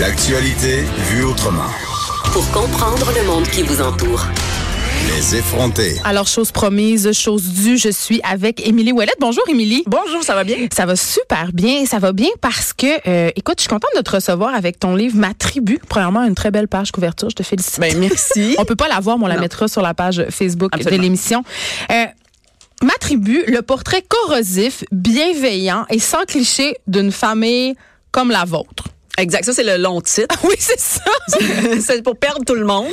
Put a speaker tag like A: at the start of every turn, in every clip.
A: L'actualité vue autrement.
B: Pour comprendre le monde qui vous entoure.
A: Les effronter.
C: Alors, chose promise, chose due, je suis avec Émilie Ouellette. Bonjour, Émilie.
D: Bonjour, ça va bien?
C: Ça va super bien. Ça va bien parce que, euh, écoute, je suis contente de te recevoir avec ton livre Ma tribu. Premièrement, une très belle page couverture. Je te félicite.
D: Ben, merci.
C: On peut pas la voir, mais on la
D: Non.
C: mettra sur la page Facebook de
D: Absolument.
C: l'émission. Euh, Ma tribu, le portrait corrosif, bienveillant et sans cliché d'une famille comme la vôtre.
D: exact, ça c'est le long titre.
C: Oui, c'est ça.
D: c'est pour perdre tout le monde.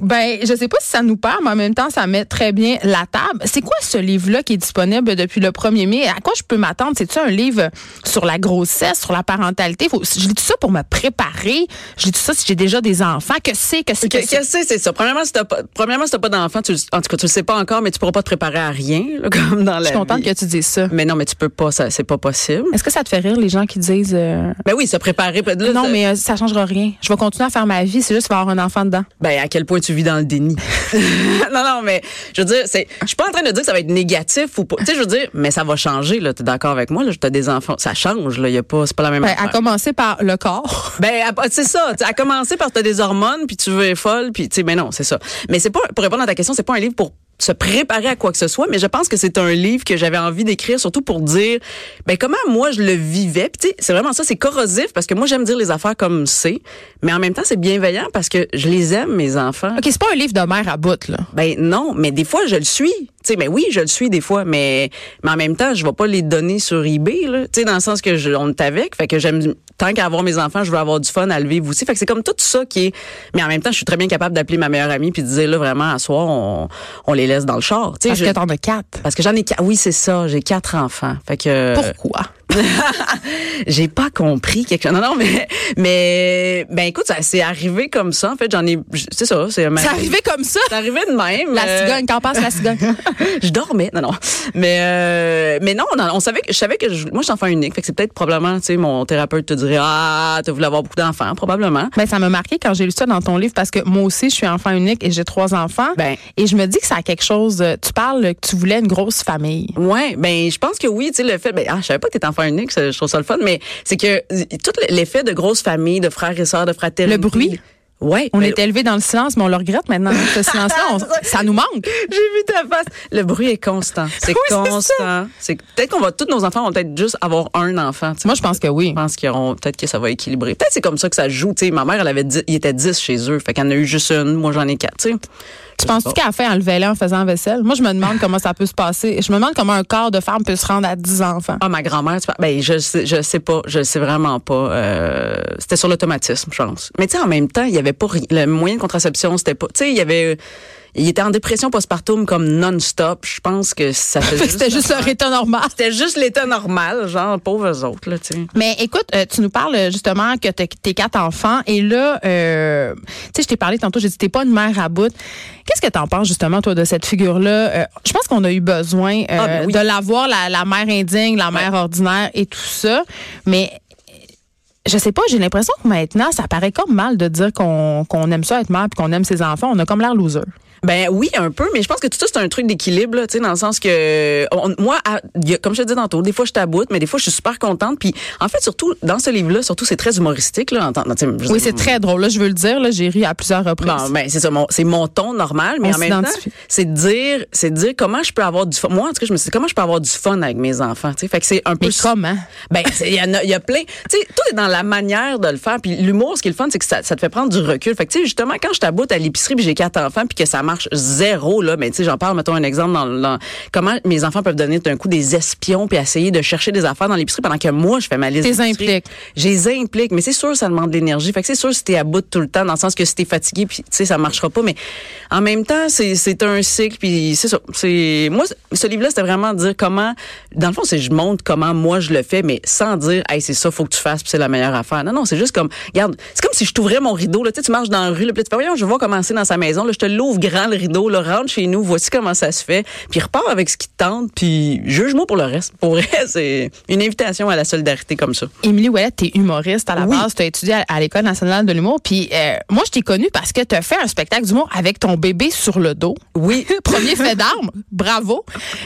C: Ben, je sais pas si ça nous parle, mais en même temps, ça met très bien la table. C'est quoi ce livre-là qui est disponible depuis le 1er mai? À quoi je peux m'attendre? C'est-tu un livre sur la grossesse, sur la parentalité? Faut, je lis tout ça pour me préparer. Je lis tout ça si j'ai déjà des enfants. Que c'est, que c'est,
D: Que-
C: que
D: Qu'est-ce
C: c'est?
D: que c'est, c'est ça? Premièrement, si t'as pas, premièrement, si t'as pas d'enfant, tu, le- en tout cas, tu le sais pas encore, mais tu pourras pas te préparer à rien, là, comme dans la
C: Je suis contente
D: vie.
C: que tu dises ça.
D: Mais non, mais tu peux pas, ça, c'est pas possible.
C: Est-ce que ça te fait rire les gens qui disent euh,
D: Ben oui, se préparer. là,
C: non
D: ça-
C: mais euh, ça changera rien. Je vais continuer à faire ma vie, c'est juste qu'il va y avoir un enfant dedans.
D: Ben, à quel point tu vis dans le déni. non, non, mais je veux dire, c'est, je suis pas en train de dire que ça va être négatif ou pas. Tu sais, je veux dire, mais ça va changer, là. T'es d'accord avec moi, là? T'as des enfants. Ça change, là. Y a pas, c'est pas la même
C: Ben,
D: affaire.
C: à commencer par le corps.
D: Ben à- c'est ça, tu sais, à commencer par t'as des hormones puis tu veux être folle puis tu sais mais non, c'est ça. Mais c'est pas pour répondre à ta question, c'est pas un livre pour se préparer à quoi que ce soit, mais je pense que c'est un livre que j'avais envie d'écrire surtout pour dire ben comment moi je le vivais. Puis tu sais, c'est vraiment ça, c'est corrosif parce que moi j'aime dire les affaires comme c'est, mais en même temps c'est bienveillant parce que je les aime mes enfants.
C: OK, c'est pas un livre de mère à bout là.
D: Ben non, mais des fois je le suis. Tu sais, mais oui, je le suis des fois, mais mais en même temps, je vais pas les donner sur eBay là. Tu sais, dans le sens que je, on est avec, fait que j'aime tant qu'à avoir mes enfants, je veux avoir du fun à le vivre aussi. Fait que c'est comme tout ça qui est. Mais en même temps, je suis très bien capable d'appeler ma meilleure amie puis de dire là vraiment, à soir, on, on les laisse dans le char. Tu sais,
C: Parce
D: je-
C: que t'en as quatre.
D: parce que j'en ai quatre. Oui, c'est ça. J'ai quatre enfants. Fait que
C: Pourquoi?
D: j'ai pas compris quelque chose. Non, non, mais mais ben écoute, ça c'est arrivé comme ça. En fait, j'en ai. C'est ça. C'est
C: C'est arrivé comme ça.
D: C'est arrivé de même.
C: La
D: euh,
C: cigogne, qu'en passe la cigogne?
D: je dormais non non mais euh, mais non, non, on savait que je savais que je- moi je suis enfant unique fait que c'est peut-être probablement tu sais mon thérapeute te dirait ah t'as voulu avoir beaucoup d'enfants probablement
C: Ben, ça m'a marqué quand j'ai lu ça dans ton livre parce que moi aussi, je suis enfant unique et j'ai trois enfants.
D: Ben.
C: Et je me dis que ça a quelque chose. euh, Tu parles que tu voulais une grosse famille.
D: Ouais, ben je pense que oui, tu sais le fait ben ah, je savais pas que t'étais enfant unique, ça, je trouve ça le fun mais c'est que euh, tout l'effet de grosse famille, de frères et sœurs, de fraternité.
C: Le bruit.
D: Ouais,
C: On
D: ben,
C: est élevé dans le silence, mais on le regrette maintenant. hein. Ce silence-là, on- ça nous manque.
D: J'ai vu ta face. Le bruit est constant. C'est
C: Oui, c'est ça.
D: constant. C'est peut-être qu'on va tous nos enfants vont peut-être juste avoir un enfant. tu sais.
C: Moi, je pense que oui.
D: Je pense qu'ils auront peut-être que ça va équilibrer. Peut-être c'est comme ça que ça joue. Tu sais, ma mère, elle avait dix- il était 10 chez eux. Fait qu'il y en a eu juste une. Moi, j'en ai quatre. tu sais.
C: Tu penses-tu qu'à la fin, enlever là en faisant la vaisselle? Moi, je me demande comment ça peut se passer. Je me demande comment un corps de femme peut se rendre à 10 enfants.
D: Ah, ma grand-mère, tu par- ben je sais, je sais pas, je sais vraiment pas. Euh, c'était sur l'automatisme, je pense. Mais tu sais, en même temps, il y avait pas ri- le moyen de contraception, c'était pas. Tu sais, il y avait, il était en dépression postpartum comme non-stop. Je pense que ça faisait.
C: C'était juste leur état normal.
D: C'était juste l'état normal, genre pauvres eux autres là, tu sais.
C: Mais écoute, euh, tu nous parles euh, justement que t'as- t'es quatre enfants et là, euh, tu sais, je t'ai parlé tantôt, j'ai dit t'es pas une mère à bout. Qu'est-ce que t'en penses justement toi de cette figure-là Euh, Je pense qu'on a eu besoin euh,
D: Ah, ben oui.
C: de l'avoir, la, la mère indigne, la mère ordinaire et tout ça, mais euh, je sais pas, j'ai l'impression que maintenant, ça paraît comme mal de dire qu'on qu'on aime ça être mère puis qu'on aime ses enfants. On a comme l'air loser.
D: Ben oui, un peu, mais je pense que tout ça, c'est un truc d'équilibre, là, tu sais, dans le sens que euh, on- moi, à- il y a- comme je te disais tantôt, des fois je taboute, mais des fois je suis super contente. Puis en fait, surtout dans ce livre-là, surtout c'est très humoristique, là. en tant- tu sais, je veux
C: Oui,
D: dire,
C: c'est très drôle. Là, je veux le dire, là, j'ai ri à plusieurs reprises.
D: Bon, ben, c'est ça, mon- c'est mon ton normal, mais
C: On
D: en même temps,
C: s'identifie.
D: c'est de dire, c'est de dire comment je peux avoir du fun. Moi, en tout cas, je me suis dit, comment je peux avoir du fun avec mes enfants, tu sais. Fait que c'est un peu.
C: mais comment
D: Ben, c'est- il y en a, il y a plein. Tu sais, tout est dans la manière de le faire. Puis l'humour, ce qui est le fun, c'est que ça, ça te fait prendre du recul. Fait que, tu sais, justement, quand je taboute à l'épicerie, puis j'ai quatre enfants, puis que ça marche zéro, là, ben, tu sais, j'en parle, mettons un exemple dans, le- dans- comment mes enfants peuvent donner d'un coup des espions, puis essayer de chercher des affaires dans l'épicerie pendant que moi, je fais ma liste.
C: T'es
D: d'épicerie.
C: implique.
D: Je les implique, mais c'est sûr, ça demande de l'énergie. Fait que c'est sûr, si t'es à bout tout le temps, dans le sens que si t'es fatigué, puis tu sais, ça marchera pas. Mais en même temps, c'est, c'est un cycle, puis c'est ça. C'est, moi, ce livre-là, c'était vraiment dire comment, dans le fond, c'est je montre comment moi je le fais, mais sans dire, hey, c'est ça, faut que tu fasses, puis c'est la meilleure affaire. Non, non, c'est juste comme, regarde, c'est comme si je t'ouvrais mon rideau, là, tu sais, tu marches dans la rue, là, puis là, tu fais, voyons, je vois commencer dans sa maison, là, je te l'ouvre grand, rend le rideau, là, rentre chez nous, voici comment ça se fait, puis repart avec ce qui te tente, puis juge-moi pour le reste. Pour vrai, c'est une invitation à la solidarité comme ça.
C: Émilie Ouellet, t'es humoriste à la
D: Oui.
C: base, t'as étudié à, à l'École nationale de l'humour, puis euh, moi, je t'ai connue parce que t'as fait un spectacle d'humour avec ton bébé sur le dos.
D: Oui.
C: Premier fait d'armes, bravo.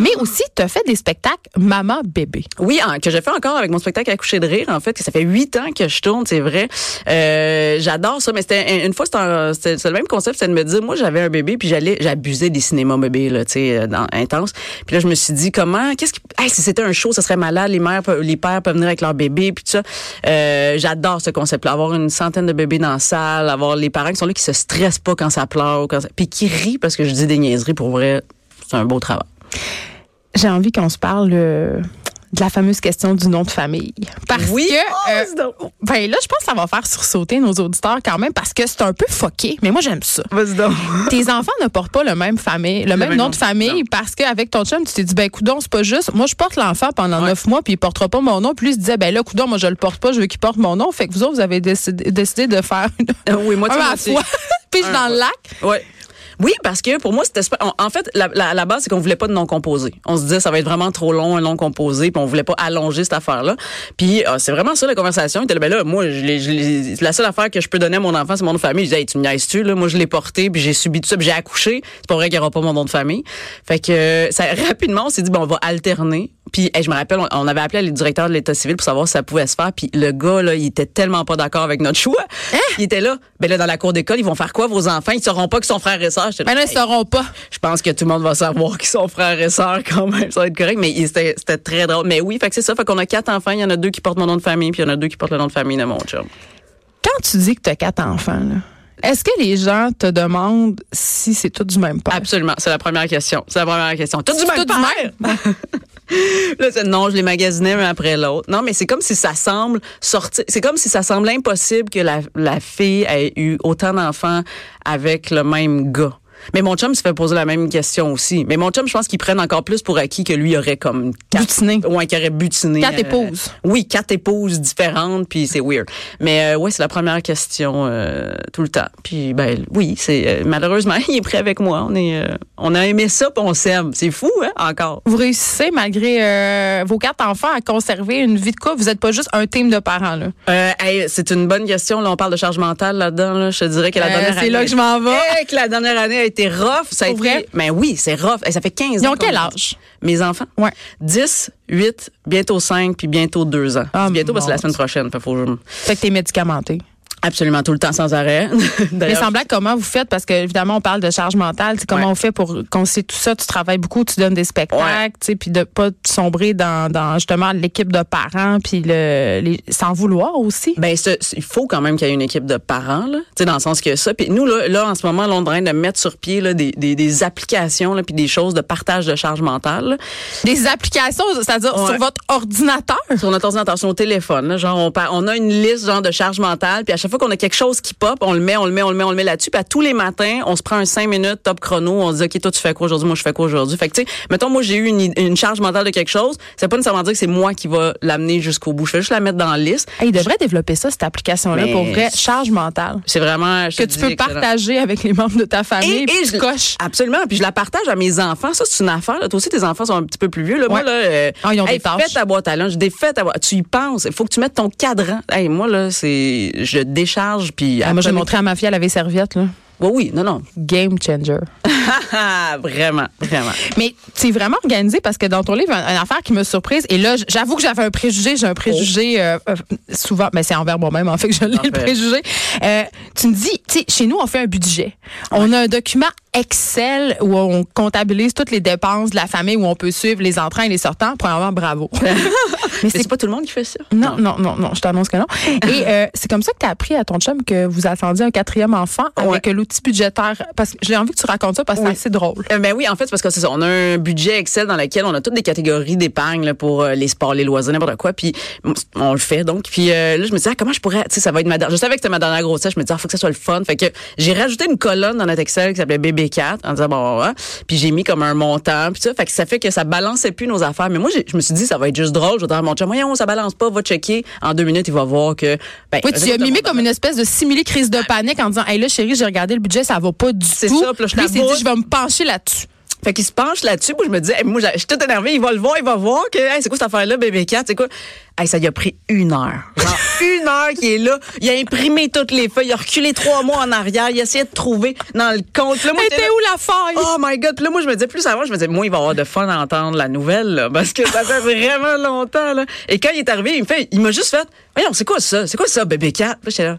C: Mais aussi, t'as fait des spectacles maman-bébé.
D: Oui, en- que j'ai fait encore avec mon spectacle à coucher de rire, en fait, que ça fait huit ans que je tourne, c'est vrai. Euh, J'adore ça, mais c'était un- une fois, c'était un- c'était c'était le même concept, c'était de me dire, moi, j'avais un bébé, puis j'allais, j'abusais des cinémas bébés, là, tu sais, euh, dans- intense. Puis là, je me suis dit, comment, qu'est-ce qui, hey, si c'était un show, ça serait malade, les mères, peuvent- les pères peuvent venir avec leur bébé, puis tout ça. Euh, J'adore ce concept-là, avoir une centaine de bébés dans la salle, avoir les parents qui sont là, qui se stressent pas quand ça pleure, quand ça- puis qui rient parce que je dis des niaiseries, pour vrai, c'est un beau travail.
C: J'ai envie qu'on se parle euh, de la fameuse question du nom de famille. Parce que... euh,
D: Oh, donc.
C: ben là, je pense que ça va faire sursauter nos auditeurs quand même parce que c'est un peu foqué, mais moi j'aime ça.
D: Vas-y donc.
C: Tes enfants ne portent pas le même famille, le, même,
D: même
C: nom
D: nom.
C: de famille
D: Non.
C: parce qu'avec ton chum, tu t'es dit ben coudon, c'est pas juste. Moi je porte l'enfant pendant neuf mois puis il portera pas mon nom. Puis lui il se disait ben là coudon, moi je le porte pas, je veux qu'il porte mon nom. Fait que vous autres vous avez décidé, décidé de faire une,
D: Ah oui, moi, tu
C: un à la
D: moitié.
C: fois. Pige
D: Un
C: dans le
D: à
C: lac.
D: Ouais. Oui, parce que pour moi, c'était super- on- en fait la, la- la base c'est qu'on voulait pas de non composé. On se disait ça va être vraiment trop long un non composé, puis on voulait pas allonger cette affaire là. Puis euh, c'est vraiment ça la conversation. Il était là, ben là, moi je l'ai- je l'ai- la seule affaire que je peux donner à mon enfant c'est mon nom de famille. Je disais Hey, tu me niaises tu là, moi je l'ai porté, puis j'ai subi tout ça, puis j'ai accouché. C'est pas vrai qu'il y aura pas mon nom de famille. Fait que euh, ça rapidement on s'est dit bon on va alterner. Puis hey, je me rappelle on, on avait appelé le directeur de l'état civil pour savoir si ça pouvait se faire, puis le gars là, il était tellement pas d'accord avec notre choix.
C: Hein?
D: Il était là, ben là dans la cour d'école, ils vont faire quoi vos enfants Ils sauront pas que son frère et sœur. J'étais là,
C: Ben là ils
D: Hey,
C: sauront pas.
D: je pense que tout le monde va savoir qu'ils sont frères et sœurs quand même. Ça va être correct, mais il- c'était c'était très drôle. Mais oui, fait que c'est ça. Fait qu'on a quatre enfants. Il y en a deux qui portent mon nom de famille, puis il y en a deux qui portent le nom de famille de mon chum.
C: Quand tu dis que t'as quatre enfants, là, est-ce que les gens te demandent si c'est tout du même père?
D: Absolument. C'est la première question. C'est la première question. Tout du
C: C'est
D: même
C: tout du
D: père? Là, c'est- non, je les magasinais un après l'autre. Non, mais c'est comme si ça semble sortir. C'est comme si ça semble impossible que la, la fille ait eu autant d'enfants avec le même gars. Mais mon chum se fait poser la même question aussi. Mais mon chum, je pense qu'il prenne encore plus pour acquis que lui aurait comme quatre,
C: Butiné.
D: Ouais, qu'il aurait butiné.
C: Quatre
D: euh,
C: épouses.
D: oui, quatre épouses différentes, puis c'est weird. Mais euh, ouais, c'est la première question euh, tout le temps. Puis ben oui, c'est euh, malheureusement il est prêt avec moi. On est, euh, on a aimé ça, puis on s'aime. C'est fou, hein, encore.
C: vous réussissez, malgré euh, vos quatre enfants, à conserver une vie de couple. Vous n'êtes pas juste un team de parents. Là.
D: Euh, hey, c'est une bonne question. Là, on parle de charge mentale là-dedans. Là. Je te dirais que la
C: Euh,
D: dernière
C: c'est
D: année.
C: là que je m'en vais.
D: Eh, que la dernière année a été rough. Ça a
C: Pour
D: été-
C: vrai?
D: Ben oui, c'est rough. Eh, ça fait 15
C: Ils
D: ans.
C: ont quel
D: qu'on-
C: âge?
D: Mes enfants?
C: Ouais.
D: 10, 8, bientôt 5, puis bientôt 2 ans.
C: Ah,
D: C'est bientôt parce que c'est la
C: mon
D: semaine prochaine. Fait, faut que je-
C: Fait que t'es médicamenté.
D: Absolument tout le temps sans arrêt.
C: Mais
D: D'ailleurs,
C: semblant comment vous faites, parce que évidemment, on parle de charge mentale. C'est comment
D: Ouais.
C: on fait pour concilier tout ça? Tu travailles beaucoup, tu donnes des
D: Ouais.
C: spectacles, tu sais, puis de pas te sombrer dans, dans justement l'équipe de parents, puis le, les, sans vouloir aussi.
D: Ben, ce- ce- il faut quand même qu'il y ait une équipe de parents, là. Tu sais, dans le sens que ça. Puis nous, là, là, en ce moment, là, on est en train de mettre sur pied là, des, des, des applications, là, puis des choses de partage de charge mentale. là.
C: Des applications, c'est-à-dire
D: Ouais.
C: sur votre ordinateur.
D: Sur notre ordinateur, sur nos téléphones, là, genre, on, par- on a une liste, genre, de charge mentale. Puis à chaque fois qu'on a quelque chose qui pop, on le met, on le met, on le met, on le met là-dessus. Puis à tous les matins, on se prend un 5 minutes top chrono. On se dit, OK, toi, tu fais quoi aujourd'hui? Moi, je fais quoi aujourd'hui? Fait que, tu sais, mettons, moi, j'ai eu une, id- une charge mentale de quelque chose. C'est pas nécessairement dire que c'est moi qui va l'amener jusqu'au bout. Je vais juste la mettre dans la liste.
C: Hey, ils devraient développer ça, cette application-là,
D: Mais-
C: pour vrai, charge mentale.
D: C'est vraiment... je
C: Que
D: te
C: tu
D: dis,
C: peux
D: excellent.
C: partager avec les membres de ta famille, puis tu
D: je-
C: coches.
D: Absolument. Puis je la partage à mes enfants. Ça, c'est une affaire. là. Toi aussi, tes enfants sont un petit peu plus vieux. Là. Moi,
C: Ouais.
D: là, euh,
C: Ah, ils ont des tâches.
D: fais ta boîte à linge, défais ta boîte. Tu y penses. Il faut que tu mettes ton cadran. Hey, moi, là, c'est. Je décharge. Puis.
C: Ah, moi, j'ai
D: après-
C: montré à ma fille, elle avait serviette, là.
D: Oui, oui, non, non.
C: Game changer.
D: vraiment, vraiment.
C: Mais c'est vraiment organisé parce que dans ton livre, un- une affaire qui m'a surprise, et là, j- j'avoue que j'avais un préjugé, j'ai un préjugé euh, euh, souvent, mais c'est envers moi-même, en fait, que je l'ai, le
D: Oh. Parfait.
C: préjugé. Euh, tu me dis, tu sais, chez nous, on fait un budget. On a un document Excel où on comptabilise toutes les dépenses de la famille, où on peut suivre les entrants et les sortants. Premièrement, bravo. mais
D: Mais
C: c'est
D: c'est pas tout le monde qui fait ça.
C: non, non, non, non, je t'annonce que non. Et euh, c'est comme ça que tu as appris à ton chum que vous attendiez un quatrième enfant avec l'outil budgétaire. Parce que j'ai envie que tu racontes ça parce que
D: Oui.
C: c'est assez drôle.
D: Euh, ben oui, en fait, c'est parce que c'est ça. On a un budget Excel dans lequel on a toutes des catégories d'épargne là, pour euh, les sports, les loisirs, n'importe quoi. Puis m- on le fait donc. Puis euh, là, je me disais, ah, comment je pourrais, tu sais, ça va être ma dernière. Je savais que c'était ma dernière grossesse. Je me disais, ah, faut que ça soit le fun. Fait que j'ai rajouté une colonne dans notre Excel qui s'appelait bébé les quatre en disant bon, ouais. puis j'ai mis comme un montant puis ça fait que ça fait que ça balançait plus nos affaires mais moi j'ai- je me suis dit ça va être juste drôle je vais dire à mon chum voyons ça balance pas va checker en deux minutes il va voir que ben,
C: Oui, tu as mimé comme une espèce de simili crise de panique en disant, hey là, chérie, j'ai regardé le budget, ça va pas du tout.
D: C'est ça, puis là, je
C: Lui, il
D: suis
C: s'est
D: à bout.
C: dit, je vais me pencher là-dessus.
D: Fait qu'il se penche là-dessus. Moi, je me dis, Hey, moi, j'a- je suis tout énervée. Il va le voir, il va voir que, hey, c'est quoi cette affaire-là, bébé 4? C'est quoi? Hey, ça lui a pris une heure. Genre, une heure qu'il est là. Il a imprimé toutes les feuilles. Il a reculé trois mois en arrière. Il a essayé de trouver dans le compte. Là, moi,
C: Elle
D: j'étais
C: était
D: là,
C: où la faille?
D: Oh my God. Puis là, moi, je me disais, plus avant, je me disais, moi, il va avoir de fun à entendre la nouvelle, là, parce que ça fait vraiment longtemps, là. Et quand il est arrivé, il me fait, il m'a juste fait, voyons, c'est quoi ça? C'est quoi ça, bébé 4? Puis j'étais là,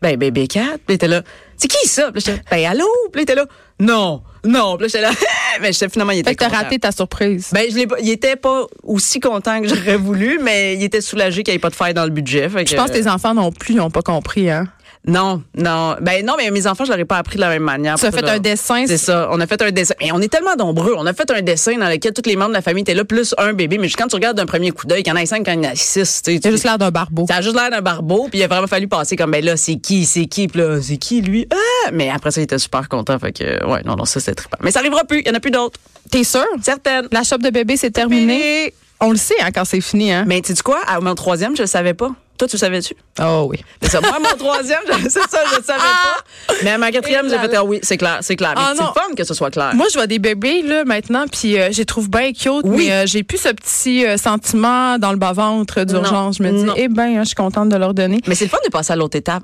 D: ben, bébé 4. Puis il était là, c'est qui ça? Puis là, j'étais, ben, allô? Puis là, il était là, non, non. Puis là, j'étais là, mais j'étais finalement, il était
C: Fait que t'as
D: content.
C: raté ta surprise.
D: Ben, je l'ai pas- il était pas aussi content que j'aurais voulu, mais il était soulagé qu'il n'y ait pas de faille dans le budget. Fait
C: je pense que tes enfants non plus, ils n'ont pas compris, hein.
D: non, non. Ben non, mais mes enfants, je leur ai pas appris de la même manière.
C: Tu as
D: Pour
C: fait
D: leur-
C: un dessin.
D: C'est ça. On a fait un dessin. Et on est tellement nombreux. On a fait un dessin dans lequel tous les membres de la famille étaient là, plus un bébé. Mais quand tu regardes d'un premier coup d'œil, qu'il y en a cinq, quand il y en a six, tu sais,
C: T'as
D: tu-
C: juste l'air d'un barbeau.
D: ça a juste l'air d'un barbeau, puis il a vraiment fallu passer comme, ben là, c'est qui, c'est qui, puis là, c'est qui, lui? Ah! Mais après ça, il était super content, fait que, ouais, non, non, ça, c'était trippant. Mais ça arrivera plus, il y en a plus d'autres,
C: T'es sûr?
D: certaines.
C: La shop de bébé, c'est terminé.
D: Fini.
C: On le sait, hein, quand c'est fini, hein.
D: Mais tu dis quoi? À mon troisième, je le savais pas. Toi, tu le savais-tu?
C: Oh oui.
D: C'est ça. Moi, mon troisième, je- c'est ça, je le savais pas. Mais à ma quatrième,
C: Et
D: j'ai
C: là
D: fait, ah oui, c'est clair, c'est clair. Mais
C: Ah
D: c'est
C: non.
D: le fun que ce soit clair.
C: Moi, je vois des bébés là maintenant, puis euh, je les trouve bien cute,
D: Oui.
C: mais euh, j'ai plus ce petit euh, sentiment dans le bas ventre d'urgence. Je me dis,
D: Non.
C: eh ben, hein, je suis contente de leur donner.
D: Mais c'est le fun de passer à l'autre étape.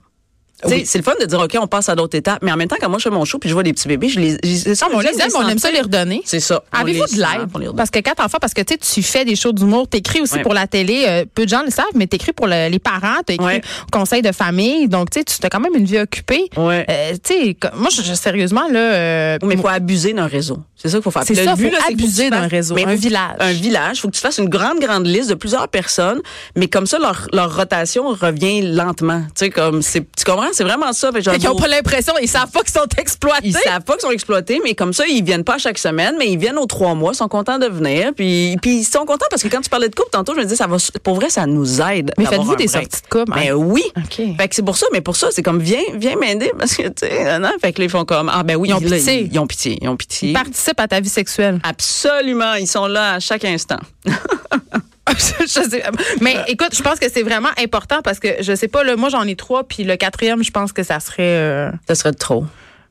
D: Tu sais, C'est le fun de dire, OK, on passe à l'autre étape. Mais en même temps, quand moi, je fais mon show puis je vois des petits bébés, je les. je- c'est ça,
C: on
D: je
C: les aime, on aime ça les redonner.
D: C'est ça. On
C: Avez-vous de
D: les sent, on les
C: l'aide?
D: redonne.
C: Parce que quatre enfants, parce que tu sais, tu fais des shows d'humour, t'écris aussi
D: Ouais.
C: pour la télé, euh, peu de gens le savent, mais t'écris pour le- les parents, t'as écrit
D: Ouais.
C: conseil de famille, donc tu sais, tu as quand même une vie occupée.
D: Ouais.
C: Euh, tu sais, co- moi, je, je- sérieusement, là, euh,
D: Oui, Mais il faut abuser d'un réseau. C'est ça qu'il faut faire.
C: C'est
D: Puis le
C: ça,
D: but,
C: faut
D: là, c'est que
C: abuser
D: tu
C: d'un
D: fasses-
C: réseau,
D: Mais
C: un
D: faut-
C: village.
D: Un village. Il faut que tu fasses une grande, grande liste de plusieurs personnes, mais comme ça, leur, leur rotation revient lentement. Tu sais, comme, c'est- tu comprends? C'est vraiment ça. Fait que j'avoue-
C: ils n'ont pas l'impression, ils savent pas qu'ils sont exploités.
D: Ils savent pas qu'ils sont exploités, mais comme ça, ils viennent pas à chaque semaine, mais ils viennent aux trois mois, sont contents de venir, puis, puis ils sont contents parce que quand tu parlais de couple tantôt, je me disais, ça va, pour vrai, ça nous aide.
C: Mais
D: d'avoir
C: faites-vous
D: un
C: des
D: break.
C: sorties de couple, hein?
D: Ben oui.
C: OK.
D: Fait que c'est pour ça, mais pour ça, c'est comme, viens, viens m'aider parce que, tu sais, non, non. fait que là, ils font comme, ah ben oui,
C: Ils ont
D: là,
C: pitié.
D: Ils, ils ont pitié, ils ont pitié.
C: Participe à ta vie sexuelle.
D: Absolument, ils sont là à chaque instant.
C: Je sais- mais écoute, je pense que c'est vraiment important parce que je sais pas, là, moi j'en ai trois, puis le quatrième, je pense que ça serait. euh,
D: Ça serait de trop.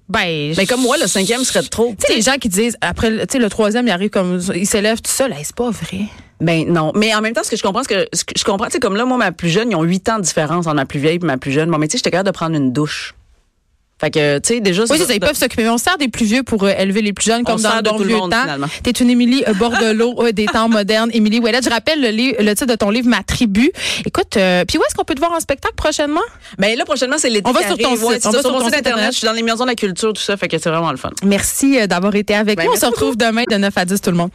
C: ben,
D: Mais comme moi, le cinquième serait de trop.
C: Tu sais, les gens qui disent, après, tu sais, le troisième, il arrive comme, il s'élève tout seul. Hey, c'est pas vrai.
D: Ben non, mais en même temps, ce que je comprends, ce que, ce que je comprends, c'est comme là, moi, ma plus jeune, ils ont huit ans de différence entre ma plus vieille et ma plus jeune. Mon métier, j'étais capable de prendre une douche. Fait que, tu sais, déjà,
C: Oui, c'est ça, ils peuvent s'occuper. Mais On sert des plus vieux pour euh, élever les plus jeunes,
D: On
C: comme
D: sert
C: dans le
D: de
C: bon
D: tout le
C: vieux
D: monde,
C: temps.
D: finalement.
C: T'es une Émilie euh, Bordelot euh, des temps modernes, Émilie Ouellet. Je rappelle le, li- le titre de ton livre, Ma tribu. Écoute, euh, puis où est-ce qu'on peut te voir en spectacle prochainement?
D: Ben là, prochainement, c'est l'été.
C: On va
D: qui
C: sur ton
D: arrive.
C: site,
D: Ouais, c'est
C: on
D: ça,
C: va
D: sur
C: sur
D: mon
C: ton
D: site
C: site
D: internet.
C: internet.
D: Je suis dans les maisons de la culture, tout ça. Fait que c'est vraiment le fun.
C: Merci euh, d'avoir été avec
D: Ben,
C: nous. On
D: merci
C: se retrouve demain de 9 à 10, tout le monde.